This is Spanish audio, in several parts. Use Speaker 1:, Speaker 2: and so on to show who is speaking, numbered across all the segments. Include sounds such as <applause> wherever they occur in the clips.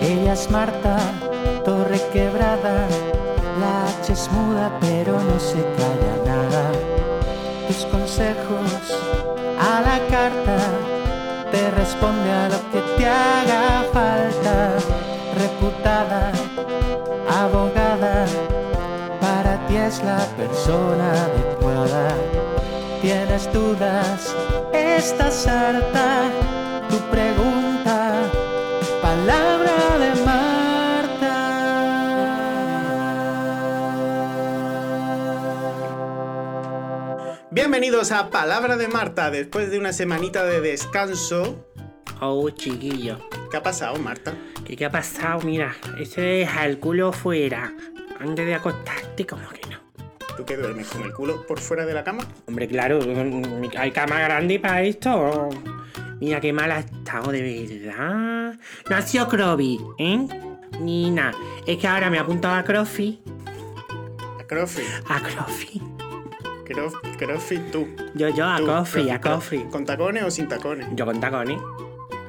Speaker 1: Ella es Marta, torre quebrada. La H es muda, pero no se calla nada. Tus consejos a la carta te responde a lo que te haga falta. Reputada, abogada, para ti es la persona adecuada. Tienes dudas, estás harta. Tu pregunta, palabra de Marta.
Speaker 2: Bienvenidos a Palabra de Marta, después de una semanita de descanso.
Speaker 3: Oh, chiquillo.
Speaker 2: ¿Qué ha pasado, Marta?
Speaker 3: ¿Qué, qué ha pasado? Mira, ese deja el culo fuera. Antes de acostarte, como que no.
Speaker 2: ¿Tú qué duermes con el culo por fuera de la cama?
Speaker 3: Hombre, claro, mm, hay cama grande para esto. Mira qué mal ha estado, de verdad. Nació Croby, ¿eh? Nina, es que ahora me he apuntado a Crofi.
Speaker 2: ¿A Crofi?
Speaker 3: A Crofi.
Speaker 2: Crofi tú.
Speaker 3: Yo, yo, a
Speaker 2: Tú,
Speaker 3: Ah, Crofi, a
Speaker 2: Crofi.
Speaker 3: Crofi.
Speaker 2: ¿Con tacones o sin tacones?
Speaker 3: Yo con tacones.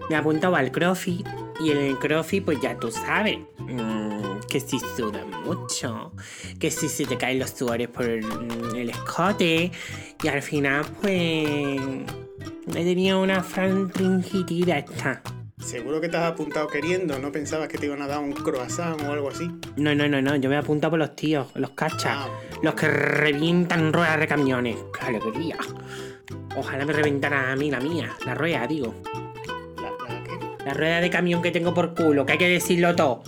Speaker 3: Me he apuntado al Crofi. Y en el Crofi, pues ya tú sabes. mm, que si suda mucho. Que si se te caen los sudores por el, mm, el escote. Y al final, pues. He tenido una fantringitida esta.
Speaker 2: Seguro que te has apuntado queriendo, no pensabas que te iban a dar un croissant o algo así.
Speaker 3: No, no, no, no, yo me apunto por los tíos, los cachas,
Speaker 2: Ah.
Speaker 3: los que revientan ruedas de camiones. ¡Qué alegría! Ojalá me reventara a mí la mía, la rueda, digo.
Speaker 2: La, la que-
Speaker 3: La rueda de camión que tengo por culo, que hay que decirlo todo.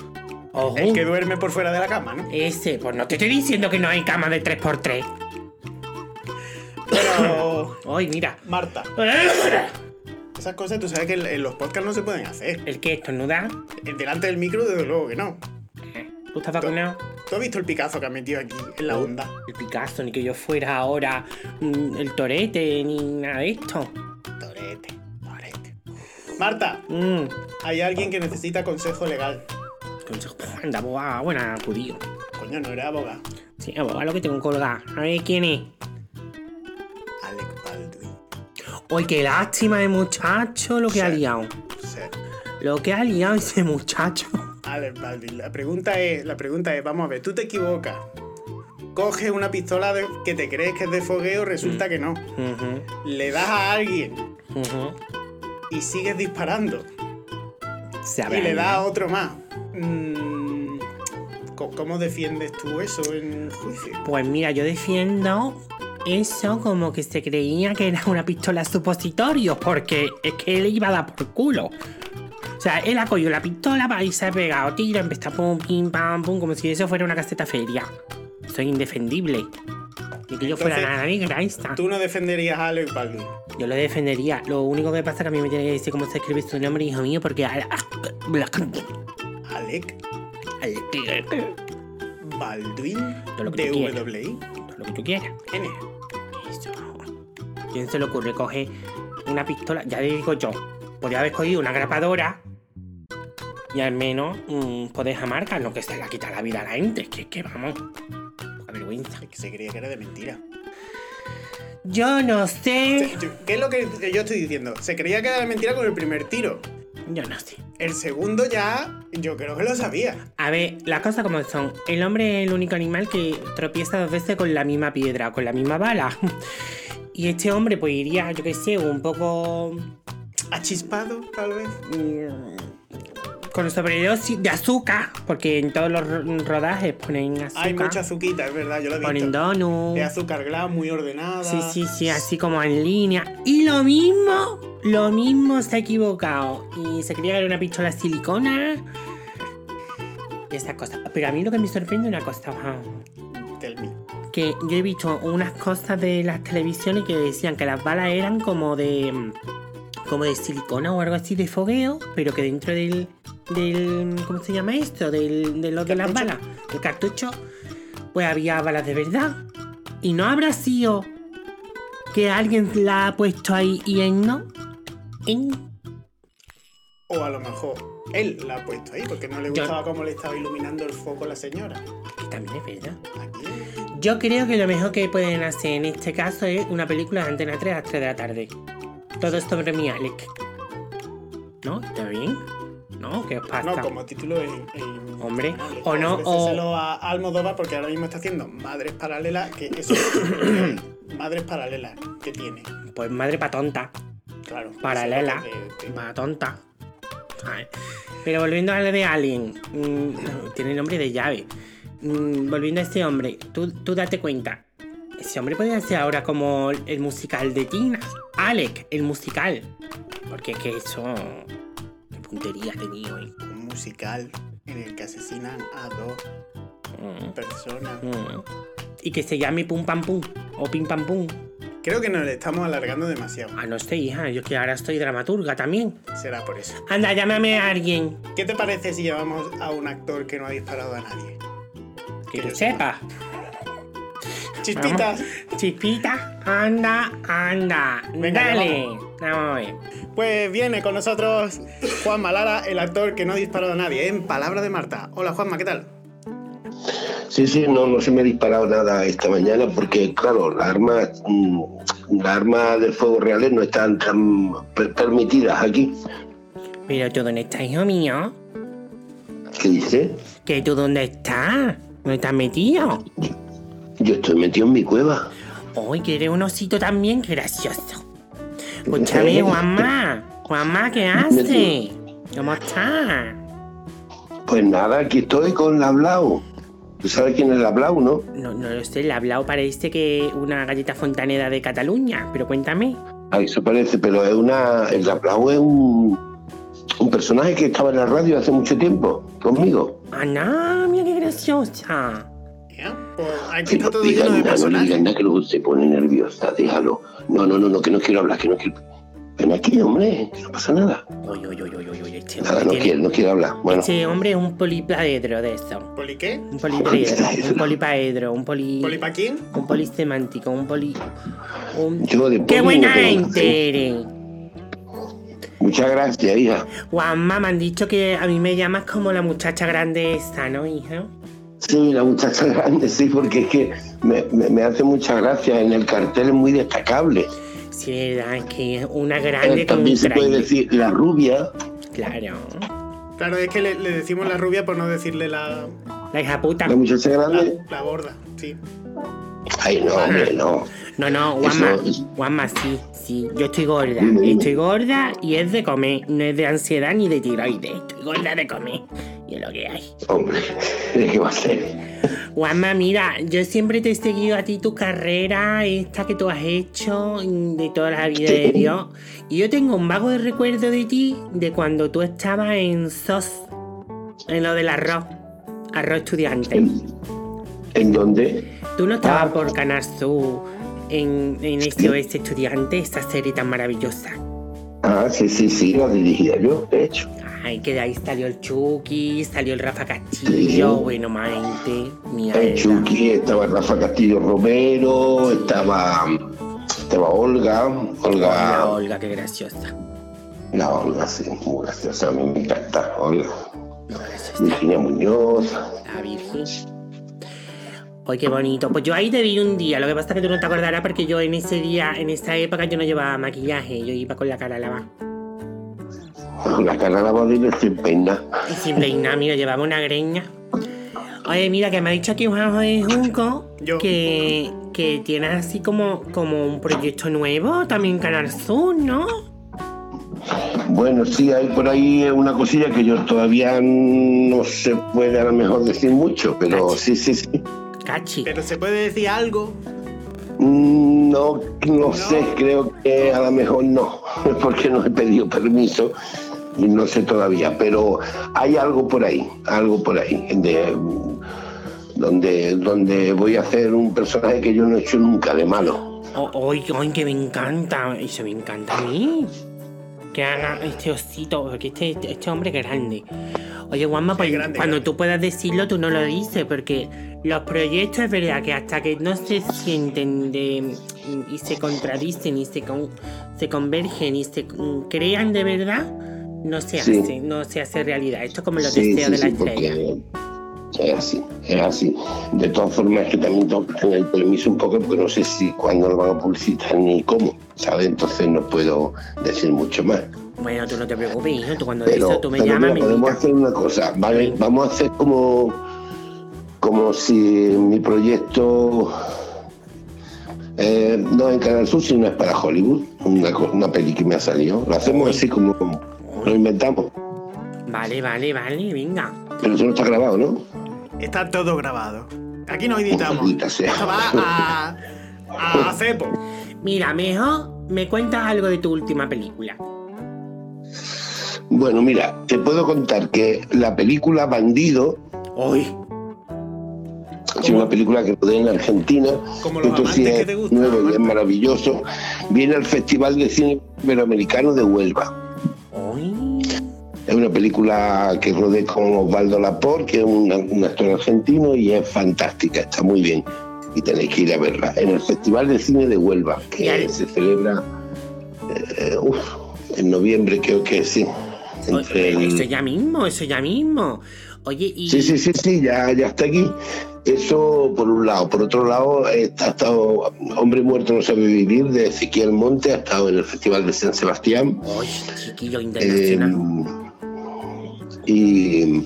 Speaker 3: Ojo.
Speaker 2: El que duerme por fuera de la cama, ¿no?
Speaker 3: Ese, pues no te estoy diciendo que no hay cama de 3x3.
Speaker 2: Pero,
Speaker 3: Ay, mira.
Speaker 2: Marta, esas cosas tú sabes que en- en los podcasts no se pueden hacer.
Speaker 3: ¿El qué? ¿Estornudar?
Speaker 2: Delante del micro, desde luego que no.
Speaker 3: ¿Tú estás vacunado?
Speaker 2: ¿Tú has visto el picazo que ha metido aquí en
Speaker 3: Oh.
Speaker 2: la onda?
Speaker 3: El Picasso, ni que yo fuera ahora mm, el torete, ni nada de esto.
Speaker 2: Torete, torete. Marta,
Speaker 3: Mm.
Speaker 2: hay alguien que necesita consejo legal.
Speaker 3: Consejo, pues anda, ah, boba, buena, judío.
Speaker 2: Coño, no era abogado.
Speaker 3: Sí, ah, pues, a lo que tengo colgado. A ver quién es.
Speaker 2: Alec Baldwin.
Speaker 3: Uy, qué lástima de muchacho lo que ha
Speaker 2: Sí.
Speaker 3: liado.
Speaker 2: O sea,
Speaker 3: Lo que ha liado ese muchacho.
Speaker 2: Alec Baldwin. La pregunta es, la pregunta es, vamos a ver, tú te equivocas. Coges una pistola de- que te crees que es de fogueo,
Speaker 3: Mm.
Speaker 2: resulta que no.
Speaker 3: Ujú,
Speaker 2: Le das a alguien
Speaker 3: ujú.
Speaker 2: y sigues disparando.
Speaker 3: Se habrá
Speaker 2: Y le
Speaker 3: ido.
Speaker 2: das a otro más. Mm, ¿co- ¿Cómo defiendes tú eso en un juicio?
Speaker 3: Pues mira, yo defiendo eso como que se creía que era una pistola supositorio, porque es que él iba a dar por culo. O sea, él ha cogido la pistola para irse pegado, tira, empieza pum, pim, pam, pum, como si eso fuera una caseta feria. Soy indefendible. Ni que yo fuera
Speaker 2: Entonces,
Speaker 3: nada negra esta.
Speaker 2: Tú no defenderías a Alec Baldwin.
Speaker 3: Yo lo defendería. Lo único que pasa es que a mí me tiene que decir cómo se escribe su nombre, hijo mío, porque. al-
Speaker 2: Alec
Speaker 3: al-
Speaker 2: Baldwin
Speaker 3: Yo lo que
Speaker 2: de
Speaker 3: tú quieras.
Speaker 2: WI.
Speaker 3: Lo que tú quieras.
Speaker 2: N.
Speaker 3: Eso. ¿Quién se le ocurre coger una pistola? Ya le digo yo. Podría haber cogido una grapadora. Y al menos mm, podés amargar, no que se la quita la vida a la gente. Es que, que vamos. Poca vergüenza.
Speaker 2: Es que se creía que era de
Speaker 3: <laughs>
Speaker 2: mentira.
Speaker 3: Yo no sé.
Speaker 2: Se- yo- ¿Qué es lo que yo estoy diciendo? Se creía que era de mentira con el primer tiro.
Speaker 3: Yo no sé.
Speaker 2: El segundo ya, yo creo que lo sabía.
Speaker 3: A ver, las cosas como son. El hombre es el único animal que tropieza dos veces con la misma piedra, con la misma bala. <laughs> Y este hombre, pues iría, yo qué sé, un poco.
Speaker 2: Achispado, tal vez.
Speaker 3: mm, con sobredosis de azúcar, porque en todos los ro- rodajes ponen azúcar.
Speaker 2: Hay mucha azuquita, es verdad, yo lo he
Speaker 3: Ponen
Speaker 2: visto.
Speaker 3: donuts.
Speaker 2: De azúcar glass, muy ordenada.
Speaker 3: Sí, sí, sí, así como en línea. Y lo mismo, lo mismo se ha equivocado. Y se creía que era una pistola silicona. Y esas cosas. Pero a mí lo que me sorprende es una cosa, wow,
Speaker 2: Tell me.
Speaker 3: que yo he visto unas cosas de las televisiones que decían que las balas eran como de. mm, como de silicona o algo así de fogueo, pero que dentro del. del ¿Cómo se llama esto? Del, de lo de las
Speaker 2: Cartucho.
Speaker 3: balas, del cartucho, pues había balas de verdad. Y no habrá sido que alguien la ha puesto ahí y él no. Él no.
Speaker 2: O a lo mejor él la ha puesto ahí porque no le
Speaker 3: Yo-
Speaker 2: gustaba cómo le estaba iluminando el foco a la señora.
Speaker 3: Que también es verdad.
Speaker 2: Aquí.
Speaker 3: Yo creo que lo mejor que pueden hacer en este caso es una película de Antena 3 a las 3 de la tarde. Todo sobre mi Alec. ¿No? ¿Está bien? ¿no? ¿Qué os pasa?
Speaker 2: No, como título en, en-
Speaker 3: Hombre,
Speaker 2: vale,
Speaker 3: o no, o-
Speaker 2: ofréceselo a Almodóvar porque ahora mismo está haciendo Madres Paralelas, que eso
Speaker 3: <coughs>
Speaker 2: Madres Paralelas, que tiene,
Speaker 3: Pues madre pa' tonta.
Speaker 2: claro.
Speaker 3: Paralela.
Speaker 2: De- de-
Speaker 3: Pa' tonta. Ay. Pero volviendo a lo de Alien. mm, tiene nombre de llave. Mm, volviendo a este hombre. Tú, tú date cuenta. Ese hombre podría ser ahora como el musical de Tina. Alec, el musical. Porque es que eso... Qué puntería ha tenido, eh.
Speaker 2: un musical en el que asesinan a dos
Speaker 3: Mm,
Speaker 2: personas.
Speaker 3: mm. Y que se llame Pum Pam Pum. O Pim Pam Pum.
Speaker 2: Creo que nos le estamos alargando demasiado.
Speaker 3: Ah, no sé, hija. Yo que ahora estoy dramaturga también.
Speaker 2: Será por eso.
Speaker 3: Anda, llámame a alguien.
Speaker 2: ¿Qué te parece si llevamos a un actor que no ha disparado a nadie?
Speaker 3: Que
Speaker 2: Que
Speaker 3: lo
Speaker 2: yo
Speaker 3: sepa.
Speaker 2: Chispitas.
Speaker 3: Chispita, anda, anda.
Speaker 2: Venga,
Speaker 3: Dale. Vamos a ver.
Speaker 2: Pues viene con nosotros Juan Malara, el actor que no ha disparado a nadie, en Palabra de Marta. Hola Juanma, ¿qué tal?
Speaker 4: Sí, sí, no, no se me ha disparado nada esta mañana porque, claro, las armas, mm, las armas de fuego reales no están tan per- permitidas aquí.
Speaker 3: Pero tú dónde estás, hijo mío?
Speaker 4: ¿Qué dice?
Speaker 3: ¿Que tú dónde estás? ¿Dónde estás metido?
Speaker 4: Yo estoy metido en mi cueva.
Speaker 3: Hoy que eres un osito también, qué gracioso. Escúchame, Juanma. Juanma, ¿qué haces? ¿Cómo estás?
Speaker 4: Pues nada, aquí estoy con la Blau. ¿Tú sabes quién es la Blau, no?
Speaker 3: No, no lo sé, le he hablado parece que una galleta fontaneda de Cataluña, pero cuéntame.
Speaker 4: A Ah, eso parece, pero es una. El la Blau es un, un personaje que estaba en la radio hace mucho tiempo, conmigo.
Speaker 3: Ana, mira qué graciosa.
Speaker 2: Ya, Pues aquí
Speaker 4: Que
Speaker 2: está
Speaker 4: no
Speaker 2: todo lleno
Speaker 4: digan
Speaker 2: de
Speaker 4: nada, no le
Speaker 2: personajes.
Speaker 4: digan nada que luego se pone nerviosa, déjalo. No, no, no, no, que no quiero hablar, que no quiero. Ven aquí, hombre, que no pasa nada.
Speaker 3: Oye, oye, oye, oye, oye, este
Speaker 4: Nada,
Speaker 3: hombre
Speaker 4: no
Speaker 3: tiene-
Speaker 4: quiero, no quiero hablar. Bueno,
Speaker 3: Este hombre es un polipaedro de eso.
Speaker 2: ¿Poli qué?
Speaker 3: Un polipaedro,
Speaker 4: <laughs>
Speaker 3: un polipaedro, un poli...
Speaker 2: ¿Polipaquín?
Speaker 3: Un polisemántico, un poli... un-
Speaker 4: yo de
Speaker 3: ¡Qué
Speaker 4: poli
Speaker 3: buena
Speaker 4: no tengo nada, ¿eh?
Speaker 3: gente eres!
Speaker 4: Muchas gracias, hija.
Speaker 3: Juanma, me han dicho que a mí me llamas como la muchacha grande esta, ¿no, hija?
Speaker 4: Sí, la muchacha <laughs> grande, sí, porque es que me, me- me hace mucha gracia. En el cartel es muy destacable.
Speaker 3: Sí, verdad, es que es una
Speaker 4: Eh,
Speaker 3: grande con
Speaker 4: también
Speaker 3: un
Speaker 4: se puede
Speaker 3: traje.
Speaker 4: decir la rubia.
Speaker 3: Claro.
Speaker 2: Claro, es que le, le decimos la rubia por no decirle la,
Speaker 3: La hija puta.
Speaker 4: La muchacha
Speaker 2: la,
Speaker 4: grande.
Speaker 2: la gorda, sí.
Speaker 4: Ay, no, hombre, no.
Speaker 3: No, no, Juanma,
Speaker 4: Eso-
Speaker 3: Juanma, sí, sí, yo estoy gorda,
Speaker 4: Dime, dime.
Speaker 3: estoy gorda y es de comer, no es de ansiedad ni de tiroides, estoy gorda de comer, y es lo que hay.
Speaker 4: Hombre, <laughs> ¿qué va a ser?
Speaker 3: Juanma, mira, yo siempre te he seguido a ti tu carrera, esta que tú has hecho, mm, de toda la vida de Dios, y yo tengo un vago de recuerdo de ti, de cuando tú estabas en SOS, en lo del arroz, arroz estudiante.
Speaker 4: ¿En, en dónde?
Speaker 3: Tú no estabas
Speaker 4: Ah.
Speaker 3: por Canal Sur en, en este oeste estudiante, esta serie tan maravillosa.
Speaker 4: Ah, sí, sí, sí, la dirigía yo, de hecho.
Speaker 3: Ay, que de ahí salió el Chucky, salió el Rafa Castillo,
Speaker 4: Sí.
Speaker 3: bueno, maite, mierda.
Speaker 4: El Chucky, estaba Rafa Castillo Romero, estaba, estaba Olga,
Speaker 3: Hola,
Speaker 4: Olga,
Speaker 3: Olga, qué graciosa.
Speaker 4: la Olga, sí, muy graciosa, a mí me encanta, Olga,
Speaker 3: Qué graciosa,
Speaker 4: Virginia Muñoz,
Speaker 3: la Virgen. Ay, qué bonito. Pues yo ahí te vi un día, lo que pasa es que tú no te acordarás porque yo en ese día, en esa época, yo no llevaba maquillaje, yo iba con la cara lavada.
Speaker 4: la cara lavada y desempeina.
Speaker 3: Y sin peinar, mira, llevaba una greña. Oye, mira, que me ha dicho aquí Juanjo de Junco
Speaker 2: Yo.
Speaker 3: que, que tienes así como, como un proyecto nuevo, también en Canal Sur, ¿no?
Speaker 4: Bueno, sí, hay por ahí una cosilla que yo todavía no se puede a lo mejor decir mucho, pero sí, sí, sí.
Speaker 3: Cachi.
Speaker 2: Pero se puede decir algo.
Speaker 4: Mm, No, no sé, creo que a lo mejor no, <laughs> porque no he pedido permiso y no sé todavía, pero hay algo por ahí, algo por ahí, de, donde, donde voy a hacer un personaje que yo no he hecho nunca de malo.
Speaker 3: O- Ay, ay, que me encanta, eso me encanta a mí. Que haga este osito, porque este, este- este hombre es grande. Oye, Juanma, pues,
Speaker 2: grande,
Speaker 3: cuando
Speaker 2: grande.
Speaker 3: tú puedas decirlo, tú no lo dices, porque los proyectos es verdad que hasta que no se sienten de, y se contradicen y se, con- se convergen y se mm, crean de verdad, no se
Speaker 4: Sí.
Speaker 3: hace, no se hace realidad. Esto es como los
Speaker 4: Sí,
Speaker 3: deseos
Speaker 4: sí,
Speaker 3: de la
Speaker 4: sí,
Speaker 3: estrella.
Speaker 4: porque es así, es así. De todas formas, es que también tengo que tener permiso un poco, porque no sé si cuándo lo van a publicitar ni cómo, ¿sabes? Entonces no puedo decir mucho más.
Speaker 3: Bueno, tú no te preocupes, hijo. Tú cuando
Speaker 4: Pero,
Speaker 3: eso, tú me
Speaker 4: pero
Speaker 3: llamas,
Speaker 4: mira,
Speaker 3: me
Speaker 4: podemos
Speaker 3: invitas.
Speaker 4: hacer una cosa, ¿vale? Vamos a hacer como, como si mi proyecto eh, no es en Canal Sur, sino es para Hollywood, una, co- una peli que me ha salido. Lo hacemos así como lo inventamos,
Speaker 3: Vale, vale, vale, venga.
Speaker 4: pero eso no está grabado, ¿no?
Speaker 2: Está todo grabado. Aquí no editamos.
Speaker 4: Maldita sea.
Speaker 2: Esto va a. a Cepo.
Speaker 3: Mira, mejor me cuentas algo de tu última película.
Speaker 4: Bueno, mira, te puedo contar que la película Bandido
Speaker 2: Hoy.
Speaker 4: es una película que rodea en Argentina.
Speaker 2: Como los
Speaker 4: Esto sí
Speaker 2: amantes que
Speaker 4: es
Speaker 2: te gustan,
Speaker 4: nuevo y
Speaker 2: Marta.
Speaker 4: es maravilloso. Viene al Festival de Cine Iberoamericano de Huelva.
Speaker 3: Uy.
Speaker 4: Es una película que rodea con Osvaldo Laporte, que es un, un actor argentino y es fantástica, está muy bien. Y tenéis que ir a verla. En el Festival de Cine de Huelva, que
Speaker 3: Y al-
Speaker 4: se celebra eh, uf, en noviembre, creo que sí. Entre
Speaker 3: Oye,
Speaker 4: el-
Speaker 3: Eso ya mismo, eso ya mismo. Oye, y.
Speaker 4: Sí, sí, sí, sí, ya, ya está aquí. Eso por un lado. Por otro lado, eh, ha estado Hombre Muerto no sabe vivir de Ezequiel Monte, ha estado en el Festival de San Sebastián.
Speaker 3: Uy, chiquillo
Speaker 4: Eh,
Speaker 3: internacional.
Speaker 4: y,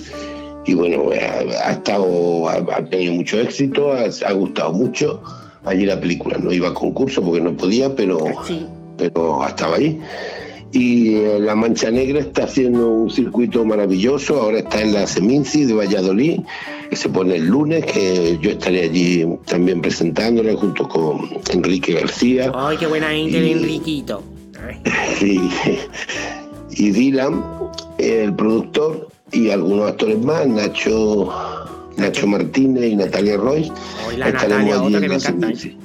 Speaker 4: y bueno, ha, ha estado, ha, ha tenido mucho éxito, ha, ha gustado mucho. Allí la película no iba a concurso porque no podía, pero,
Speaker 3: Ah, Sí.
Speaker 4: pero estaba ahí. Y eh, La Mancha Negra está haciendo un circuito maravilloso, ahora está en la Seminci de Valladolid, que se pone el lunes, que yo estaré allí también presentándola junto con Enrique García.
Speaker 3: Ay, qué buena gente el
Speaker 4: Y-
Speaker 3: Enriquito. Ay.
Speaker 4: y, y Dylan, el productor, y algunos actores más, Nacho, Nacho Martínez y Natalia Roy.
Speaker 3: Ay, la Natalia, otra que me encanta. ¿eh?
Speaker 4: Seminci.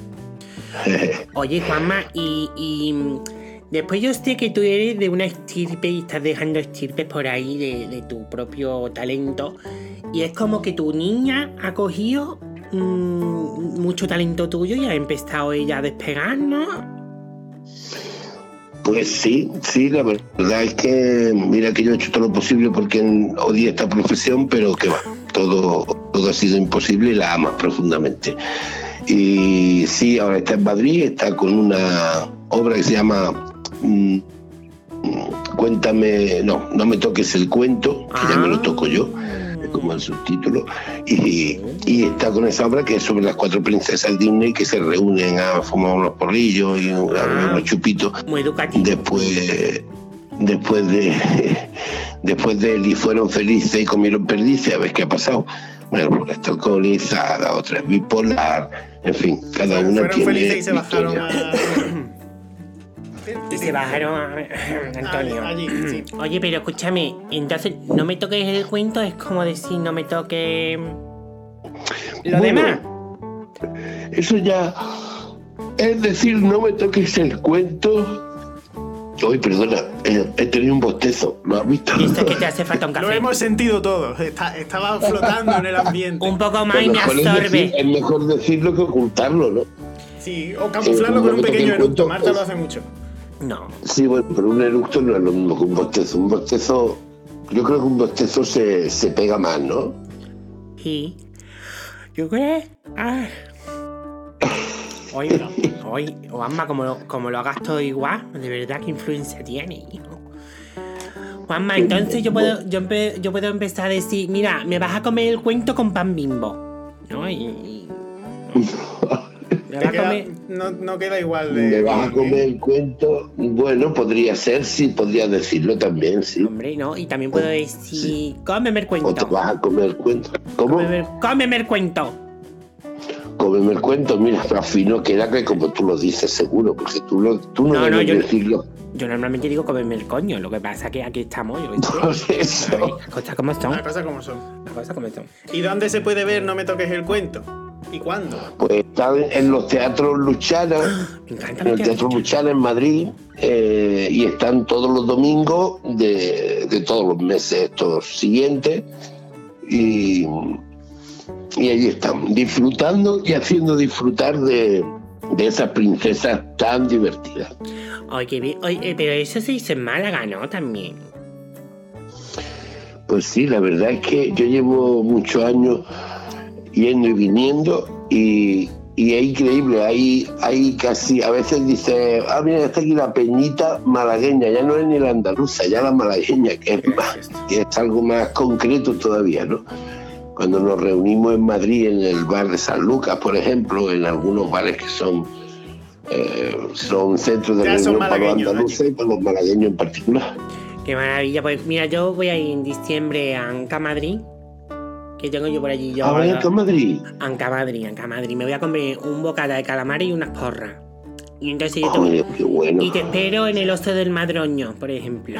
Speaker 3: Oye, Juanma, y, y, mm, después yo sé que tú eres de una estirpe y estás dejando estirpes por ahí de, de tu propio talento. Y es como que tu niña ha cogido mm, mucho talento tuyo y ha empezado ella a despegar, ¿no?
Speaker 4: Pues sí, sí, la verdad es que mira que yo he hecho todo lo posible porque odié esta profesión, pero que va, todo, todo ha sido imposible y la amas profundamente. Y sí, ahora está en Madrid, está con una obra que se llama mm, mm, Cuéntame, no, no me toques el cuento, que ya me lo toco yo, es como el subtítulo, y, y está con esa obra que es sobre las cuatro princesas Disney que se reúnen a fumar unos porrillos y a beber unos chupitos
Speaker 3: Muy educativo.
Speaker 4: después después de <laughs> después de él y fueron felices y comieron perdices a ver qué ha pasado bueno porque está alcoholizada otra es bipolar en fin cada una
Speaker 2: Fueron
Speaker 4: tiene
Speaker 2: felices y se bajaron
Speaker 4: historia.
Speaker 2: a.
Speaker 3: Y se bajaron a- Antonio.
Speaker 2: Allí, allí, sí.
Speaker 3: Oye, pero escúchame, entonces no me toques el cuento, es como decir no me mm, toques lo
Speaker 4: Bueno,
Speaker 3: demás.
Speaker 4: eso ya es decir no me toques el cuento hoy perdona eh, he tenido un bostezo lo has visto
Speaker 3: Y esto es
Speaker 4: <laughs>
Speaker 3: que te hace <laughs> falta un
Speaker 2: Lo
Speaker 3: café.
Speaker 2: hemos sentido todos. Está- estaba flotando en el ambiente.
Speaker 3: Un eh, poco más
Speaker 4: Lo
Speaker 3: y me
Speaker 4: mejor es decir-
Speaker 3: absorbe.
Speaker 4: es mejor decirlo que ocultarlo no
Speaker 2: Sí, o camuflarlo con un pequeño eructo. Marta lo hace mucho.
Speaker 3: No.
Speaker 4: Sí, bueno, pero un eructo no es lo mismo que un bostezo. Un bostezo, yo creo que un bostezo se, se pega más, ¿no?
Speaker 3: Sí. ¿Yo crees? Ah. Hoy, hoy, Juanma, como lo, como lo hagas todo igual, de verdad que influencia tiene, hijo. Juanma, entonces yo puedo, yo, empe- yo puedo empezar a decir, mira, me vas a comer el cuento con pan bimbo. ¿No? Y. y- me vas
Speaker 2: Te
Speaker 3: a
Speaker 2: queda-
Speaker 3: comer.
Speaker 2: no, no queda igual de. ¿eh?
Speaker 4: Me vas a comer el cuento. Bueno, podría ser, sí, podría decirlo también, sí.
Speaker 3: Hombre, ¿no? Y también puedo decir,
Speaker 4: Sí.
Speaker 3: cómeme el
Speaker 4: O te
Speaker 3: cuento.
Speaker 4: vas a comer el cuento. ¿Cómo?
Speaker 3: Cómeme, el- cómeme el cuento.
Speaker 4: Cómeme el cuento. Mira, más fino queda que como tú lo dices, seguro, porque tú, lo, tú no,
Speaker 3: No, no,
Speaker 4: debes
Speaker 3: yo no.
Speaker 4: decirlo. <laughs>
Speaker 3: Yo normalmente digo cómeme el coño, lo que pasa que aquí estamos, yo qué sé.
Speaker 4: <laughs> Por eso.
Speaker 3: Ay, Las cosas como son.
Speaker 2: Las cosas como son.
Speaker 3: Las cosas como son.
Speaker 2: ¿Y dónde se puede ver No me toques el cuento? ¿Y cuándo?
Speaker 4: Pues están en los teatros Luchana.
Speaker 3: Me encanta
Speaker 4: en el Teatro Luchana en Madrid eh, y están todos los domingos de, de todos los meses todos siguientes y, y allí están disfrutando y haciendo disfrutar de, de esas princesas tan divertidas.
Speaker 3: Oye, vi- oye, pero eso se dice en Málaga, ¿no? También.
Speaker 4: Pues sí, la verdad es que yo llevo muchos años yendo y viniendo y, y es increíble, hay, hay casi, a veces dice, ah, mira, está aquí la peñita malagueña, ya no es ni la andaluza, ya la malagueña, que es, más, que es algo más concreto todavía, ¿no? Cuando nos reunimos en Madrid, en el bar de San Lucas, por ejemplo, en algunos bares que son, eh, son centros de
Speaker 2: Ya son
Speaker 4: reunión para los
Speaker 2: malagueños, ¿no?
Speaker 4: andaluces y para los malagueños en particular.
Speaker 3: Qué maravilla, pues mira, yo voy a ir en diciembre a Anca Madrid, que tengo yo por allí. Yo
Speaker 4: Ahora está Ah, en Madrid.
Speaker 3: Anca Madrid, Anca Madrid. Me voy a comer un bocata de calamares y unas porras. Y entonces yo te voy-
Speaker 4: Joder, qué bueno.
Speaker 3: Y te espero en el oso del madroño, por ejemplo.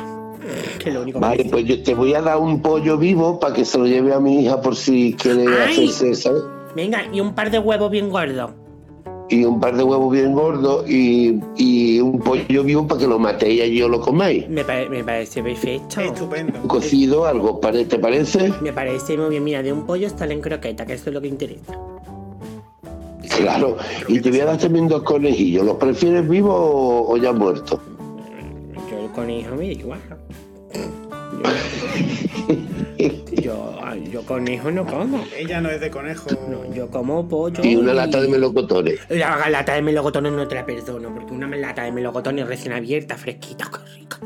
Speaker 3: Que es lo único que
Speaker 4: Vale,
Speaker 3: sé.
Speaker 4: pues yo te voy a dar un pollo vivo para que se lo lleve a mi hija por si quiere
Speaker 3: Ay.
Speaker 4: hacerse, ¿sabes?
Speaker 3: Venga, y un par de huevos bien gordos.
Speaker 4: y un par de huevos bien gordos y, y un pollo vivo para que lo matéis y yo lo comáis.
Speaker 3: Me, pare- me parece perfecto.
Speaker 2: Estupendo.
Speaker 4: Cocido, algo, pare- ¿te parece?
Speaker 3: Me parece muy bien. Mira, de un pollo salen croquetas, que eso es lo que interesa.
Speaker 4: Claro. Y te voy a dar también dos conejillos. ¿Los prefieres vivos o, o ya muertos?
Speaker 3: Yo el conejo me da igual.
Speaker 4: <laughs>
Speaker 3: Yo, yo, yo conejo no como.
Speaker 2: Ella no es de conejo.
Speaker 3: No, yo como pollo.
Speaker 4: Y una lata de melocotones.
Speaker 3: La lata de melocotones no te la perdono, porque una lata de melocotones recién abierta, fresquita, qué rica.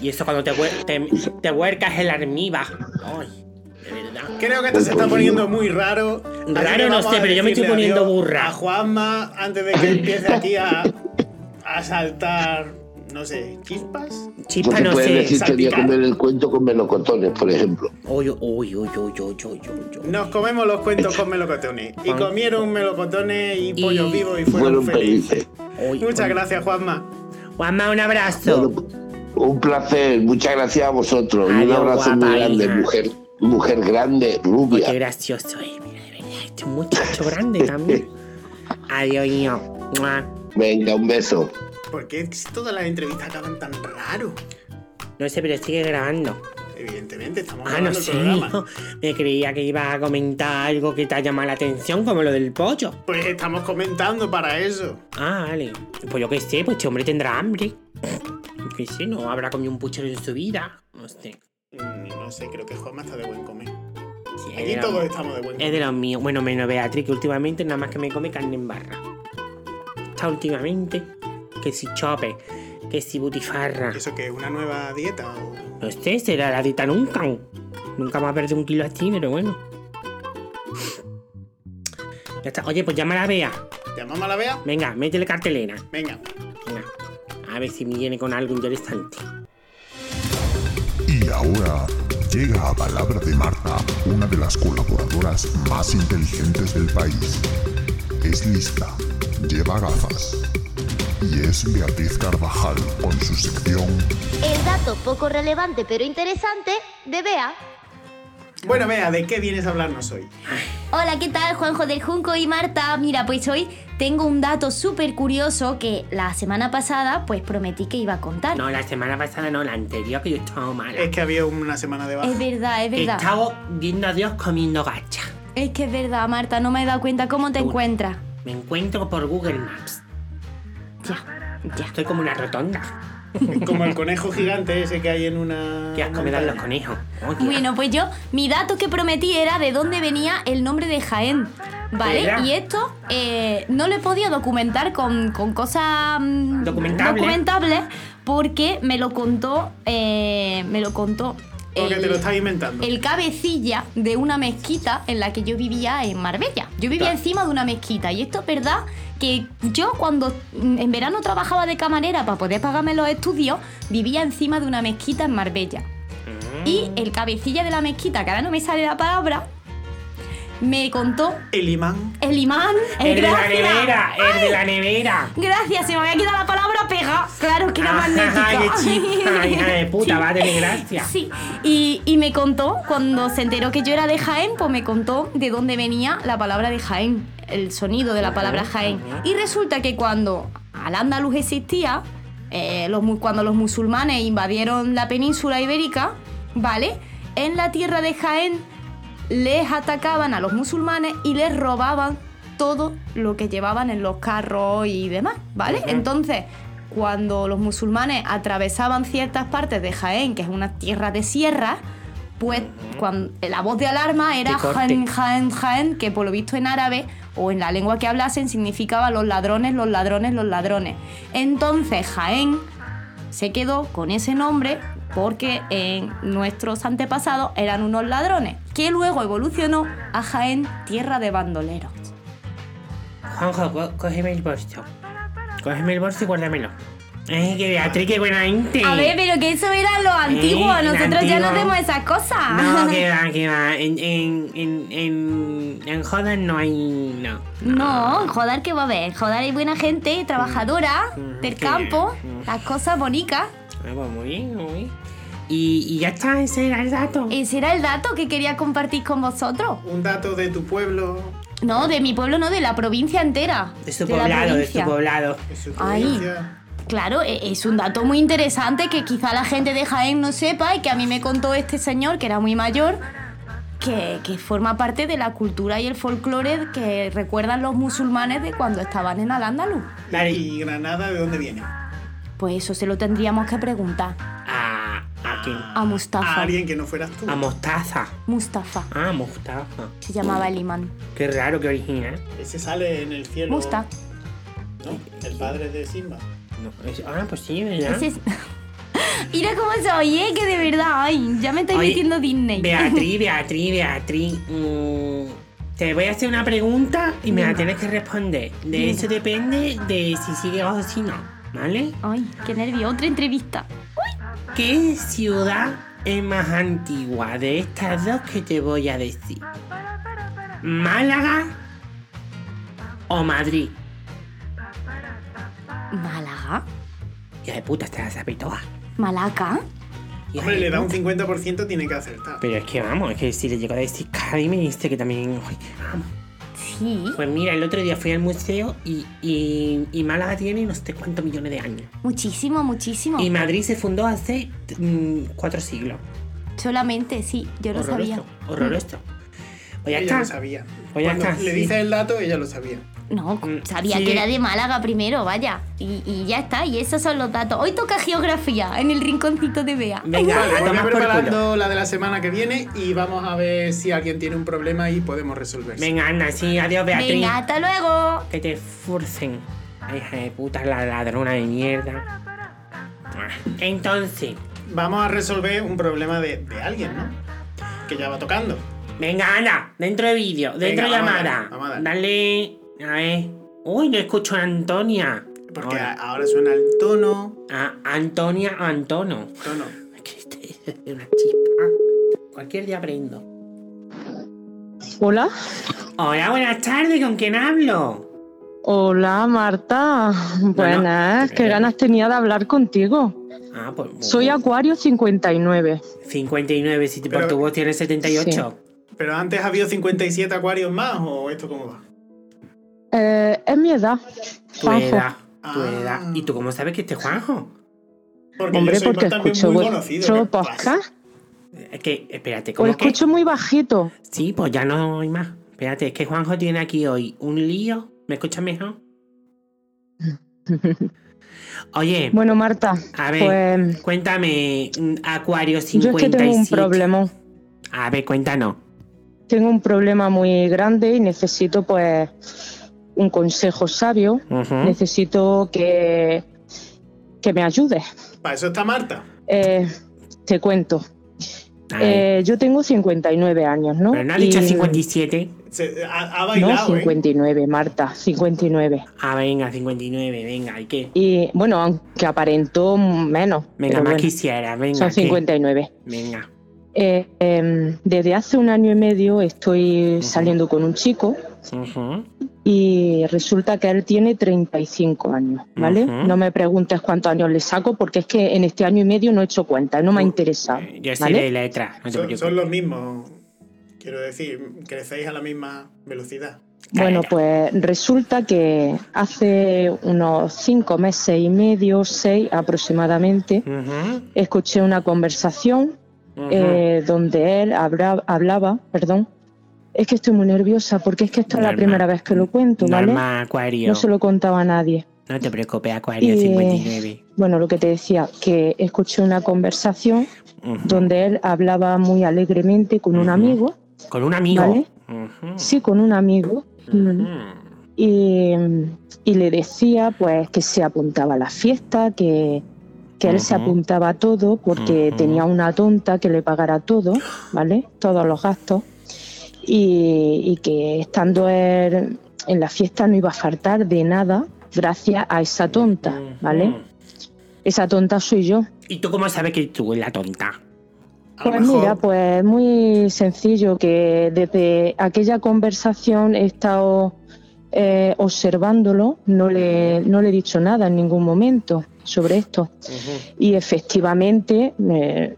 Speaker 3: y eso cuando te, huer- te, te huercas el armiva. Ay, de verdad.
Speaker 2: Creo que esto se está poniendo muy raro. Así que
Speaker 3: Raro no
Speaker 2: vamos
Speaker 3: sé,
Speaker 2: a
Speaker 3: pero yo me estoy
Speaker 2: decirle
Speaker 3: poniendo
Speaker 2: adiós
Speaker 3: burra.
Speaker 2: A Juanma, antes de que empiece aquí a, a saltar, no sé, chispas.
Speaker 3: Chispa
Speaker 4: Porque
Speaker 3: no
Speaker 4: puedes
Speaker 3: sé.
Speaker 4: decir que voy a
Speaker 2: salpicar.
Speaker 4: comer el cuento con melocotones, por ejemplo.
Speaker 3: Uy, uy, uy, uy, uy, uy, uy, uy.
Speaker 2: Nos comemos los cuentos con melocotones. Y comieron melocotones y pollos
Speaker 3: Y-
Speaker 2: vivos y fueron,
Speaker 4: Fueron
Speaker 2: felices.
Speaker 4: felices.
Speaker 3: Uy,
Speaker 2: Muchas
Speaker 3: uy.
Speaker 2: gracias, Juanma.
Speaker 3: Juanma, un abrazo.
Speaker 4: Bueno, pues, un placer. Muchas gracias a vosotros. y un
Speaker 3: Adiós,
Speaker 4: abrazo
Speaker 3: guapa
Speaker 4: muy grande,
Speaker 3: hija.
Speaker 4: mujer. Mujer grande,
Speaker 3: Uy, qué
Speaker 4: rubia.
Speaker 3: gracioso es. Mira, de verdad, este es un muchacho grande también. Adiós, niño. Mua.
Speaker 4: Venga, un beso.
Speaker 2: ¿Por qué todas las entrevistas acaban tan raro?
Speaker 3: No sé, pero sigue grabando.
Speaker 2: Evidentemente, estamos
Speaker 3: Ah, no
Speaker 2: grabando
Speaker 3: sé.
Speaker 2: el
Speaker 3: <laughs>
Speaker 2: programa.
Speaker 3: Me creía que iba a comentar algo que te ha llamado la atención, como lo del pollo.
Speaker 2: Pues estamos comentando para eso.
Speaker 3: Ah, vale. Pues yo qué sé, pues este hombre tendrá hambre. Yo qué sé, no habrá comido un puchero en su vida. No sé.
Speaker 2: Mm, No sé, creo que Juanma está de buen comer.
Speaker 3: Sí, es,
Speaker 2: Aquí
Speaker 3: de
Speaker 2: todos
Speaker 3: los,
Speaker 2: estamos de buen
Speaker 3: Eh, es de los míos. Bueno, menos Beatriz, que últimamente nada más que me come carne en barra. Está últimamente. Que si chope, que si butifarra.
Speaker 2: ¿Eso que es una nueva dieta? O...
Speaker 3: No sé, será la dieta nunca. Nunca más perder un kilo así, pero bueno. Ya está. Oye, pues llama a la Bea.
Speaker 2: ¿Llamamos a la Bea?
Speaker 3: Venga, métele cartelera.
Speaker 2: Venga.
Speaker 3: Venga, a ver si me viene con algo interesante.
Speaker 5: Y ahora llega a palabra de Marta, una de las colaboradoras más inteligentes del país. Es lista, lleva gafas. Y es Beatriz Carvajal con su sección
Speaker 6: El dato poco relevante pero interesante de Bea.
Speaker 2: Bueno, Bea, ¿de qué vienes a hablarnos hoy?
Speaker 6: Hola, ¿qué tal? Juanjo del Junco y Marta. Mira, pues hoy tengo un dato súper curioso que la semana pasada pues prometí que iba a contar.
Speaker 3: No, la semana pasada no, la anterior, que yo he estado mala.
Speaker 2: Es que había una semana de baja.
Speaker 6: Es verdad, es
Speaker 3: He
Speaker 6: verdad.
Speaker 3: estado viendo a Dios comiendo gacha.
Speaker 6: Es que es verdad, Marta, no me he dado cuenta cómo te
Speaker 3: Uy.
Speaker 6: encuentras.
Speaker 3: Me encuentro por Google Maps.
Speaker 6: Ya, ya.
Speaker 3: Estoy como una rotonda.
Speaker 2: Como el conejo gigante ese que hay en una.
Speaker 3: Qué asco me dan los
Speaker 2: montaña.
Speaker 3: conejos. Oye,
Speaker 6: Bueno, pues yo, mi dato que prometí era de dónde venía el nombre de Jaén. ¿Vale?
Speaker 3: Mira.
Speaker 6: Y esto eh, no lo he podido documentar con, con cosas mm,
Speaker 3: Documentable.
Speaker 6: documentables porque me lo contó. eh, me lo contó.
Speaker 2: Porque te lo estás inventando.
Speaker 6: el cabecilla de una mezquita en la que yo vivía en Marbella. Yo vivía encima de una mezquita y esto es verdad que yo cuando mm, en verano trabajaba de camarera para poder pagarme los estudios, vivía encima de una mezquita en Marbella.
Speaker 3: Mm.
Speaker 6: Y el cabecilla de la mezquita, que ahora no me sale la palabra, me contó
Speaker 2: El imán.
Speaker 6: el imán.
Speaker 3: el de la
Speaker 6: gracias.
Speaker 3: nevera, el de la nevera.
Speaker 6: Gracias, se me había quedado la palabra pega. Claro que era
Speaker 3: <laughs> Ajá, Ah, qué
Speaker 6: magnética.
Speaker 3: chista, hija de puta,
Speaker 6: Sí.
Speaker 3: va a tener gracia.
Speaker 6: Sí, y, y me contó, cuando se enteró que yo era de Jaén, pues me contó de dónde venía la palabra de Jaén, el sonido de la palabra Jaén. Y resulta que cuando al andaluz existía, eh, los mu- cuando los musulmanes invadieron la península ibérica, ¿vale? En la tierra de Jaén les atacaban a los musulmanes y les robaban todo lo que llevaban en los carros y demás, ¿vale? Entonces, cuando los musulmanes atravesaban ciertas partes de Jaén, que es una tierra de sierra, pues cuando, la voz de alarma era
Speaker 3: Que corte.
Speaker 6: Jaén, Jaén, Jaén, que por lo visto en árabe o en la lengua que hablasen significaba los ladrones, los ladrones, los ladrones. Entonces Jaén se quedó con ese nombre porque en nuestros antepasados eran unos ladrones, que luego evolucionó a Jaén, tierra de bandoleros.
Speaker 3: Juanjo, co- cógeme el bolso. Cógeme el bolso y guárdamelo. Ay, que Beatriz, qué buena gente.
Speaker 6: A ver, pero que eso era lo antiguo,
Speaker 3: Eh, lo
Speaker 6: nosotros ya no
Speaker 3: antiguo.
Speaker 6: hacemos esas cosas. <laughs>
Speaker 3: No, que va, que va. En, en, en, en, en Jodas no hay. No.
Speaker 6: No, joder que va a haber. Joder hay buena gente, trabajadora,
Speaker 3: Mm,
Speaker 6: del
Speaker 3: sí.
Speaker 6: campo,
Speaker 3: Mm.
Speaker 6: las cosas bonitas.
Speaker 3: Ah, pues muy bien, muy bien. Y, y ya está, ese era el dato.
Speaker 6: Ese era el dato que quería compartir con vosotros.
Speaker 2: Un dato de tu pueblo.
Speaker 6: No, de mi pueblo, no, de la provincia entera.
Speaker 3: De su
Speaker 6: la
Speaker 3: poblado, de su
Speaker 6: provincia.
Speaker 3: poblado.
Speaker 2: de su
Speaker 6: Ay.
Speaker 2: provincia.
Speaker 6: Claro, e- es un dato muy interesante que quizá la gente de Jaén no sepa y que a mí me contó este señor, que era muy mayor, que, que forma parte de la cultura y el folclore que recuerdan los musulmanes de cuando estaban en Al-Ándalus.
Speaker 3: Vale.
Speaker 2: ¿Y Granada de dónde viene?
Speaker 6: Pues eso se lo tendríamos que preguntar
Speaker 3: A. ¿A quién?
Speaker 6: a Mustafa.
Speaker 2: A alguien que no fueras tú.
Speaker 3: A Mostaza.
Speaker 6: Mustafa,
Speaker 3: Ah, Mostaza.
Speaker 6: se llamaba el imán.
Speaker 3: Qué raro, qué original.
Speaker 2: Ese sale en el cielo.
Speaker 6: Musta.
Speaker 2: ¿no? El padre de Simba.
Speaker 3: No, es- ah, pues sí, ¿verdad?
Speaker 6: Ese es- <laughs> Mira cómo soy, ¿eh? Que de verdad, ay, ya me estoy
Speaker 3: Oye,
Speaker 6: metiendo Disney. <laughs>
Speaker 3: Beatriz, Beatriz, Beatriz. mm, te voy a hacer una pregunta y me la
Speaker 6: Venga.
Speaker 3: tienes que responder. De eso depende de si sigue o si no, ¿vale?
Speaker 6: Ay, qué nervio, otra entrevista.
Speaker 3: ¿Qué ciudad es más antigua de estas dos que te voy a decir? ¿Málaga o Madrid?
Speaker 6: Málaga,
Speaker 3: Hija de puta, te la sabes todas.
Speaker 6: Malaca.
Speaker 3: Hija
Speaker 2: Hombre,
Speaker 3: de
Speaker 2: le da un
Speaker 3: puta.
Speaker 2: 50%, tiene que acertar.
Speaker 3: Pero es que vamos, es que si le llego a decir Cádiz me dice que también... Ay, vamos.
Speaker 6: Sí.
Speaker 3: Pues mira, el otro día fui al museo y, y, y Málaga tiene no sé cuántos millones de años.
Speaker 6: Muchísimo, muchísimo.
Speaker 3: Y Madrid se fundó hace mm, cuatro siglos.
Speaker 6: Solamente, sí, yo lo sabía. Mm.
Speaker 3: Horroroso, horroroso. Pues
Speaker 2: ella
Speaker 3: ya está.
Speaker 2: lo sabía.
Speaker 3: Pues ya
Speaker 2: Cuando
Speaker 3: está,
Speaker 2: le
Speaker 3: sí.
Speaker 2: dices el dato, ella lo sabía.
Speaker 6: No,
Speaker 3: Mm,
Speaker 6: sabía
Speaker 3: sí.
Speaker 6: que era de Málaga primero, vaya. Y, y ya está, y esos son los datos. Hoy toca geografía en el rinconcito de Bea.
Speaker 3: Venga, a
Speaker 2: Voy
Speaker 3: tomar por culo.
Speaker 2: preparando la de la semana que viene y vamos a ver si alguien tiene un problema y podemos resolverlo.
Speaker 3: Venga, anda, sí, adiós, Beatriz.
Speaker 6: Venga, hasta luego.
Speaker 3: Que te forcen. Hija de puta, la ladrona de mierda. Ah, Entonces,
Speaker 2: Vamos a resolver un problema de, de alguien, ¿no? Que ya va tocando.
Speaker 3: venga, anda, dentro de vídeo, dentro de
Speaker 2: Venga, vamos a
Speaker 3: llamada.
Speaker 2: darle, vamos a darle.
Speaker 3: Dale. A ver. Uy, no escucho a Antonia.
Speaker 2: Porque
Speaker 3: Ahora.
Speaker 2: a- ahora suena el tono.
Speaker 3: A Antonia Antono. <laughs>
Speaker 2: Tono.
Speaker 3: Es que este es una chispa. Cualquier día aprendo.
Speaker 7: Hola,
Speaker 3: Hola, buenas tardes, ¿con quién hablo?
Speaker 7: hola Marta. Buenas, qué ganas tenía de hablar contigo.
Speaker 3: Ah, pues. bueno.
Speaker 7: Soy Acuario 59.
Speaker 3: 59, si te- por
Speaker 2: Pero-
Speaker 3: tu voz tienes 78.
Speaker 2: Pero antes ha habido 57 acuarios más, ¿o esto cómo va?
Speaker 7: Eh, es mi edad.
Speaker 3: Tu
Speaker 7: Juanjo.
Speaker 3: edad, tu
Speaker 2: Ah.
Speaker 3: edad. ¿Y tú cómo sabes que este es Juanjo?
Speaker 2: Porque
Speaker 7: Hombre,
Speaker 2: yo soy
Speaker 7: porque
Speaker 2: también
Speaker 7: escucho
Speaker 2: muy conocido. ¿eh? Pues,
Speaker 7: vuestro
Speaker 2: ¿qué pasa?
Speaker 7: podcast.
Speaker 3: Es que, espérate, ¿eh?
Speaker 7: Os
Speaker 3: ¿cómo es que?
Speaker 7: Pues escucho muy bajito.
Speaker 3: Sí, pues ya no hay más. Espérate, es que Juanjo tiene aquí hoy un lío. ¿Me escuchas
Speaker 7: <laughs>
Speaker 3: mejor? Oye,
Speaker 7: Bueno, Marta,
Speaker 3: a ver,
Speaker 7: pues
Speaker 3: cuéntame, mm, Acuario
Speaker 7: yo es que
Speaker 3: 57.
Speaker 7: tengo un problema.
Speaker 3: A ver, cuéntanos.
Speaker 7: Tengo un problema muy grande y necesito pues un consejo sabio.
Speaker 3: Ujú.
Speaker 7: Necesito que, que me ayudes.
Speaker 2: Para eso está Marta.
Speaker 7: Eh, te cuento.
Speaker 3: A ver.
Speaker 7: Eh, yo tengo 59 años, ¿no?
Speaker 3: Pero no ha dicho
Speaker 7: Y-
Speaker 3: 57.
Speaker 2: Se- ha, ha
Speaker 7: No,
Speaker 2: bailado, ¿eh?
Speaker 7: 59, Marta, 59.
Speaker 3: Ah, venga, 59, venga, ¿y qué?
Speaker 7: Y bueno, aunque aparentó menos.
Speaker 3: Venga,
Speaker 7: pero
Speaker 3: más
Speaker 7: bueno,
Speaker 3: quisiera, venga.
Speaker 7: son
Speaker 3: ¿qué?
Speaker 7: 59.
Speaker 3: Venga.
Speaker 7: Eh, em, desde hace un año y medio estoy
Speaker 3: Ujú.
Speaker 7: saliendo con un chico
Speaker 3: Ujú.
Speaker 7: y resulta que él tiene 35 años, ¿vale?
Speaker 3: Ujú.
Speaker 7: No me preguntes cuántos años le saco porque es que en este año y medio no he hecho cuenta, no me ha interesado.
Speaker 3: Eh, Yo soy
Speaker 7: ¿vale?
Speaker 3: de letra, no te
Speaker 2: Son,
Speaker 3: preocupes.
Speaker 2: son los mismos. Quiero decir, crecéis a la misma velocidad.
Speaker 7: Bueno,
Speaker 3: Calla.
Speaker 7: pues resulta que hace unos cinco meses y medio, seis aproximadamente,
Speaker 3: Ujú,
Speaker 7: escuché una conversación
Speaker 3: ujú.
Speaker 7: eh, donde él habla- hablaba, perdón. Es que estoy muy nerviosa porque es que esta es la
Speaker 3: Normal.
Speaker 7: primera vez que lo cuento, ¿vale?
Speaker 3: Norma Acuario.
Speaker 7: No se lo contaba a nadie.
Speaker 3: No te preocupes, Acuario 59.
Speaker 7: Bueno, lo que te decía, que escuché una conversación
Speaker 3: Ujú.
Speaker 7: donde él hablaba muy alegremente con un
Speaker 3: Ujú.
Speaker 7: amigo,
Speaker 3: Con un amigo.
Speaker 7: Vale.
Speaker 3: Ujú.
Speaker 7: sí, con un amigo, mm,
Speaker 3: Mm.
Speaker 7: y, y le decía pues que se apuntaba a la fiesta, que, que él se
Speaker 3: Ujú.
Speaker 7: apuntaba a todo porque
Speaker 3: Ujú.
Speaker 7: tenía una tonta que le pagara todo, ¿vale? Todos los gastos. Y, y que estando él en la fiesta no iba a faltar de nada gracias a esa tonta, ¿vale?
Speaker 3: Ujú.
Speaker 7: Esa tonta soy yo.
Speaker 3: ¿Y tú cómo sabes que tú eres la tonta?
Speaker 2: A lo
Speaker 7: Pues
Speaker 2: mejor-
Speaker 7: mira, pues muy sencillo que desde aquella conversación he estado eh, observándolo, no le, no le he dicho nada en ningún momento sobre esto. Y efectivamente eh,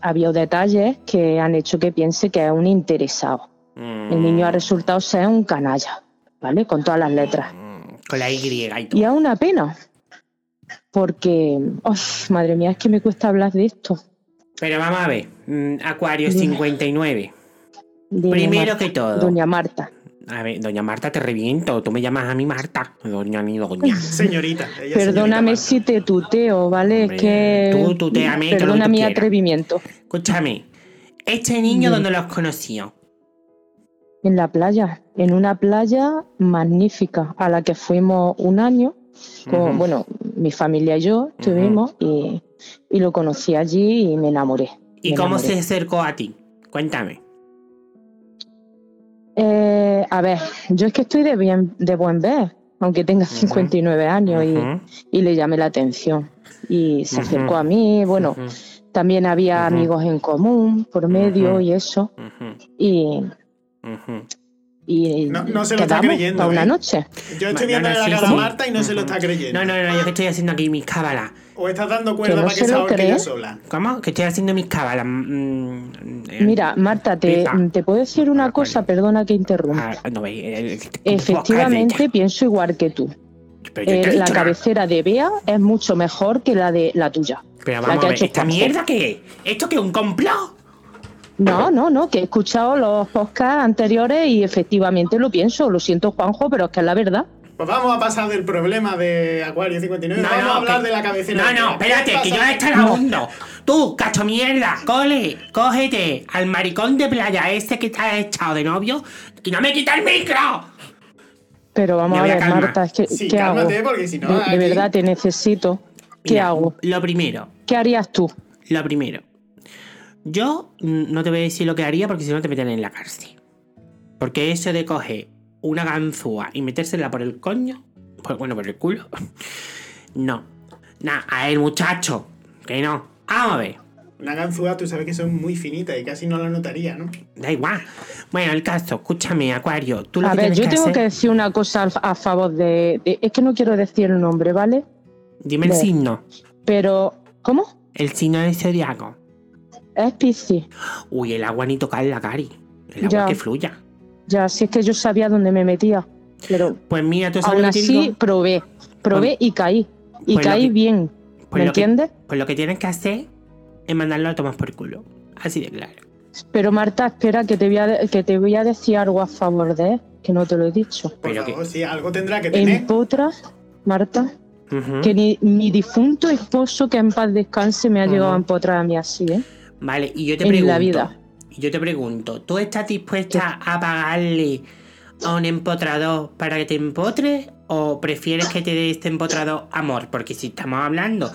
Speaker 7: ha habido detalles que han hecho que piense que es un interesado.
Speaker 3: Mm.
Speaker 7: El niño ha resultado ser un canalla, ¿vale? Con todas las letras.
Speaker 3: Mm, Con la Y y
Speaker 7: Y
Speaker 3: todo.
Speaker 7: es una pena, porque, uf, madre mía, es que me cuesta hablar de esto.
Speaker 3: Pero vamos a ver. mm, Acuario
Speaker 7: Dime.
Speaker 3: 59.
Speaker 7: de
Speaker 3: Primero
Speaker 7: Marta-
Speaker 3: que todo.
Speaker 7: Doña Marta.
Speaker 3: A ver, doña Marta, te reviento. Tú me llamas a mí Marta. Doña ni doña.
Speaker 2: Señorita. ella es
Speaker 7: pues, Perdóname
Speaker 2: señorita
Speaker 7: si te tuteo, ¿vale? Es
Speaker 3: Hombre,
Speaker 7: que.
Speaker 3: tú tuteame, que lo que
Speaker 7: Perdona
Speaker 3: tú
Speaker 7: mi
Speaker 3: quieras.
Speaker 7: atrevimiento.
Speaker 3: Escúchame. Este niño,
Speaker 7: Dime.
Speaker 3: ¿dónde los conoció?
Speaker 7: En la playa, en una playa magnífica a la que fuimos un año. con-
Speaker 3: Ujú.
Speaker 7: Bueno, mi familia y yo estuvimos y, y lo conocí allí y me enamoré.
Speaker 3: ¿Y
Speaker 7: me
Speaker 3: cómo se
Speaker 7: enamoré.
Speaker 3: acercó a ti? Cuéntame.
Speaker 7: Eh, a ver, yo es que estoy de, bien, de buen ver, aunque tenga 59 años y-
Speaker 3: Ujú,
Speaker 7: y, le llamé la atención. Y se acercó
Speaker 3: Ujú.
Speaker 7: a mí, bueno,
Speaker 3: ujú,
Speaker 7: también había
Speaker 3: Ujú.
Speaker 7: amigos en común por medio
Speaker 3: Ujú.
Speaker 7: y eso.
Speaker 3: ujú,
Speaker 7: Y
Speaker 3: ujú.
Speaker 7: y
Speaker 2: No- no se lo está
Speaker 7: quedamos
Speaker 2: creyendo,
Speaker 7: para una
Speaker 2: ¿eh?
Speaker 7: noche.
Speaker 2: Yo estoy
Speaker 3: Ma-
Speaker 2: viendo
Speaker 3: no, no,
Speaker 2: la
Speaker 3: sí,
Speaker 2: cara a
Speaker 3: sí.
Speaker 2: Marta y no se lo
Speaker 3: Ujú.
Speaker 2: está creyendo.
Speaker 3: No, no, no, yo que estoy haciendo aquí mis cábalas.
Speaker 2: O estás dando cuerda
Speaker 7: Que no
Speaker 2: para que
Speaker 7: se
Speaker 2: se
Speaker 7: lo
Speaker 2: ahorque ella
Speaker 7: cree.
Speaker 2: sola.
Speaker 3: ¿Cómo? Que estoy haciendo mis cábalas. mm, mm, eh,
Speaker 7: Mira, Marta, te,
Speaker 3: Pipa.
Speaker 7: te puedo decir una
Speaker 3: Ah,
Speaker 7: cosa,
Speaker 3: coño.
Speaker 7: perdona que interrumpa.
Speaker 3: Ah, no, eh, eh, te- te-
Speaker 7: Efectivamente, pienso igual que tú.
Speaker 3: Pero yo te he
Speaker 7: Eh, la
Speaker 3: dicho nada.
Speaker 7: cabecera de Bea es mucho mejor que la de la tuya.
Speaker 3: Pero
Speaker 7: la
Speaker 3: vamos
Speaker 7: que
Speaker 3: a
Speaker 7: ha
Speaker 3: ver,
Speaker 7: hecho
Speaker 3: ¿esta
Speaker 7: Juanjo.
Speaker 3: mierda qué es? ¿Esto qué es un complot?
Speaker 7: No, no, no, que he escuchado los podcasts anteriores y efectivamente lo pienso. Lo siento, Juanjo, pero es que es la verdad.
Speaker 2: Pues vamos a pasar del problema de Acuario 59.
Speaker 3: No,
Speaker 2: vamos
Speaker 3: no,
Speaker 2: a hablar
Speaker 3: que-
Speaker 2: de la cabecera.
Speaker 3: No, no, espérate, que yo a esta la hundo. Tú, cacho mierda, cole, cógete al maricón de playa ese que te has echado de novio y no me quita el micro.
Speaker 7: Pero vamos
Speaker 3: Me
Speaker 7: a
Speaker 3: voy a
Speaker 7: ver,
Speaker 3: calmar.
Speaker 7: Marta, es que,
Speaker 2: Sí,
Speaker 7: ¿qué hago?
Speaker 2: cálmate, porque si no,
Speaker 7: de, de
Speaker 2: aquí-
Speaker 7: verdad te necesito. ¿Qué
Speaker 3: Mira,
Speaker 7: hago?
Speaker 3: Lo primero,
Speaker 7: ¿Qué harías tú?
Speaker 3: lo primero. Yo mm, no te voy a decir lo que haría porque si no te meten en la cárcel. Porque eso de coger una ganzúa y metérsela por el coño, por- bueno, por el culo, <laughs> no. Nah, a el muchacho, que no. Vamos a ver.
Speaker 2: Una ganzúa, tú sabes que son muy finitas y casi no la notaría, ¿no?
Speaker 3: Da igual. Bueno, el caso, escúchame, Acuario. Tú lo
Speaker 7: a
Speaker 3: que
Speaker 7: ver,
Speaker 3: tienes
Speaker 7: yo
Speaker 3: que
Speaker 7: tengo que
Speaker 3: hacer-
Speaker 7: decir una cosa al- a favor de, de- Es que no quiero decir el nombre, ¿vale?
Speaker 3: Dime el
Speaker 7: Ve.
Speaker 3: signo.
Speaker 7: Pero, ¿cómo?
Speaker 3: El signo del zodiaco.
Speaker 7: Es Piscis.
Speaker 3: Uy, el agua ni tocar la cari. El agua
Speaker 7: Ya.
Speaker 3: que fluya.
Speaker 7: Ya, si es que yo sabía dónde me metía. Pero
Speaker 3: Pues mira, tú sabes
Speaker 7: aún
Speaker 3: lo que te
Speaker 7: así
Speaker 3: digo.
Speaker 7: probé. Probé y caí. Y
Speaker 3: pues lo
Speaker 7: caí
Speaker 3: que-
Speaker 7: bien.
Speaker 3: pues
Speaker 7: ¿Me
Speaker 3: lo que-
Speaker 7: entiendes?
Speaker 3: Pues lo que tienes que hacer es mandarlo a tomar por culo. Así de claro.
Speaker 7: Pero Marta, espera, que te, voy a de- que te voy a decir algo a favor de él, que no te lo he dicho.
Speaker 2: Por
Speaker 3: Pero
Speaker 2: favor, sí, algo tendrá que tener.
Speaker 7: En potras, Marta,
Speaker 3: Ujú.
Speaker 7: que ni mi difunto esposo, que en paz descanse, me ha llegado
Speaker 3: Ujú.
Speaker 7: a empotrar a mí así, ¿eh?
Speaker 3: Vale, y yo te
Speaker 7: en
Speaker 3: pregunto.
Speaker 7: la vida.
Speaker 3: Y yo te pregunto, ¿tú estás dispuesta a pagarle a un empotrador para que te empotre? ¿O prefieres que te dé este empotrador amor? Porque si estamos hablando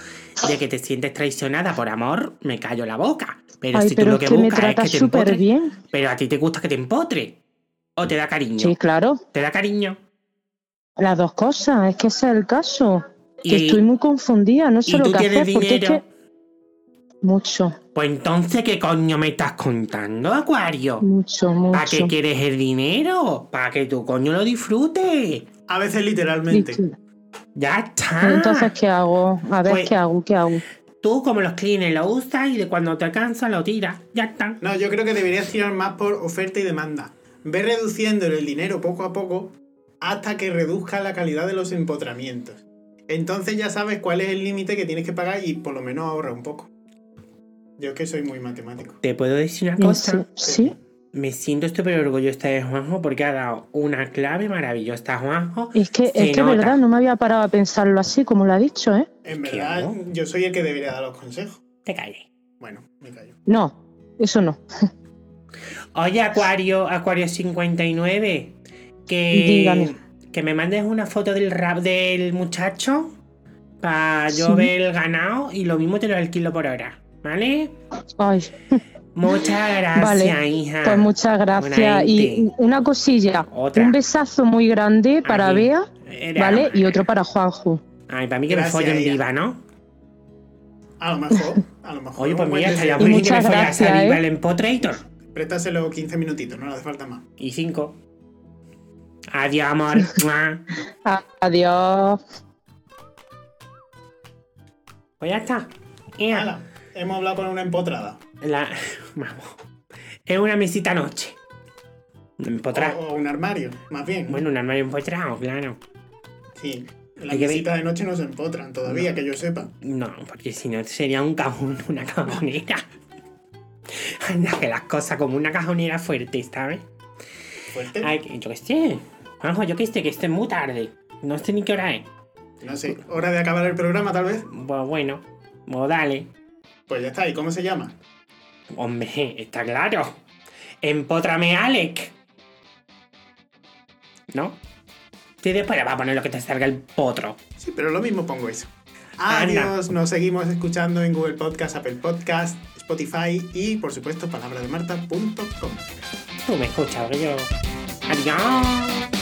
Speaker 3: de que te sientes traicionada por amor, me callo la boca. Pero
Speaker 7: Ay,
Speaker 3: si tú
Speaker 7: pero
Speaker 3: lo que
Speaker 7: es que me
Speaker 3: buscas es
Speaker 7: trata
Speaker 3: que te
Speaker 7: súper
Speaker 3: empotre,
Speaker 7: bien.
Speaker 3: pero a ti te gusta que te empotre. ¿O te da cariño?
Speaker 7: Sí, claro.
Speaker 3: ¿Te da cariño?
Speaker 7: Las dos cosas, es que ese es el caso.
Speaker 3: Y,
Speaker 7: Que estoy muy confundida, no sé
Speaker 3: y
Speaker 7: lo
Speaker 3: tú
Speaker 7: que
Speaker 3: tienes
Speaker 7: hacer porque es
Speaker 3: dinero.
Speaker 7: que. Mucho,
Speaker 3: Pues entonces, ¿qué coño me estás contando, Acuario?
Speaker 7: mucho,
Speaker 3: ¿Para
Speaker 7: mucho.
Speaker 3: qué quieres el dinero? Para que tu coño lo disfrutes.
Speaker 2: A veces
Speaker 7: Y
Speaker 2: literalmente.
Speaker 7: que-
Speaker 3: Ya está.
Speaker 7: Entonces, ¿qué hago? A ver,
Speaker 3: Ah. Pues-
Speaker 7: ¿qué hago? ¿Qué hago?
Speaker 3: Tú como los cleaners lo usas y de cuando te alcanza lo tiras. Ya está.
Speaker 2: No, yo creo que deberías tirar más por oferta y demanda. Ve reduciendo el dinero poco a poco hasta que reduzca la calidad de los empotramientos. Entonces ya sabes cuál es el límite que tienes que pagar y por lo menos ahorra un poco. Yo es que soy muy matemático.
Speaker 3: Te puedo decir una cosa.
Speaker 7: Sí, sí,
Speaker 3: Me siento súper orgullosa de Juanjo porque ha dado una clave maravillosa a Juanjo.
Speaker 7: Es que,
Speaker 3: Se
Speaker 7: es que,
Speaker 3: nota.
Speaker 7: verdad, no me había parado a pensarlo así, como lo ha dicho, ¿eh?
Speaker 2: En
Speaker 3: ¿Qué
Speaker 2: verdad,
Speaker 3: hago?
Speaker 2: yo soy el que debería dar los consejos.
Speaker 3: Te calles.
Speaker 2: Bueno, me callo.
Speaker 7: No, eso no.
Speaker 3: Oye, Acuario, Acuario 59, que,
Speaker 7: Dígame.
Speaker 3: que me mandes una foto del rap del muchacho para yo
Speaker 7: Sí.
Speaker 3: ver el ganado y lo mismo te lo alquilo por hora, ¿vale?
Speaker 7: Ay,
Speaker 3: Muchas gracias, hija.
Speaker 7: pues muchas gracias. Y
Speaker 3: Ah, gente.
Speaker 7: una cosilla,
Speaker 3: Otra.
Speaker 7: un besazo muy grande para
Speaker 3: Ay,
Speaker 7: Bea,
Speaker 3: era-
Speaker 7: ¿vale? Y otro para Juanjo.
Speaker 3: Ay, para mí que
Speaker 2: Gracias,
Speaker 3: me follen
Speaker 2: hija.
Speaker 3: viva, ¿no?
Speaker 2: A lo mejor, a lo mejor.
Speaker 3: Oye, pues
Speaker 2: un buen
Speaker 3: mira, estaría
Speaker 2: deseo.
Speaker 7: Y
Speaker 3: bueno que me
Speaker 7: muchas
Speaker 3: follase a
Speaker 7: gracias,
Speaker 3: viva
Speaker 7: ¿eh?
Speaker 3: el Empotrator.
Speaker 2: Préstaselo 15 minutitos, no le hace falta más.
Speaker 3: Y cinco. Adiós,
Speaker 7: <laughs>
Speaker 3: amor. Mua.
Speaker 7: A- Adiós.
Speaker 3: pues ya está. Ea.
Speaker 2: Hala, hemos hablado con una empotrada.
Speaker 3: La- Vamos. Es una mesita noche. Un empotrado.
Speaker 2: O, o un armario, más bien.
Speaker 3: Bueno, un armario empotrado, claro.
Speaker 2: Sí. Las
Speaker 3: Hay que ver-
Speaker 2: visitas de noche no se empotran todavía, que yo sepa.
Speaker 3: No, porque si no sería un cajón, una cajonera. <laughs> Anda, que las cosas como una cajonera fuerte, ¿sabes?
Speaker 2: Fuerte.
Speaker 3: Ay, que- yo qué sé. Juanjo, yo qué sé, que esto es muy tarde. No sé ni qué hora es.
Speaker 2: No sé, hora de acabar el programa tal vez.
Speaker 3: Pues bueno, pues dale.
Speaker 2: Pues ya está, ¿y cómo se llama?
Speaker 3: Hombre, está claro. Empótrame, Alec. ¿No? Y después le va a poner lo que te salga el potro.
Speaker 2: Sí, pero lo mismo pongo eso.
Speaker 3: Anda.
Speaker 2: Adiós, nos seguimos escuchando en Google Podcast, Apple Podcast, Spotify y por supuesto palabrademarta.com.
Speaker 3: Tú me escuchas, que yo. Adiós.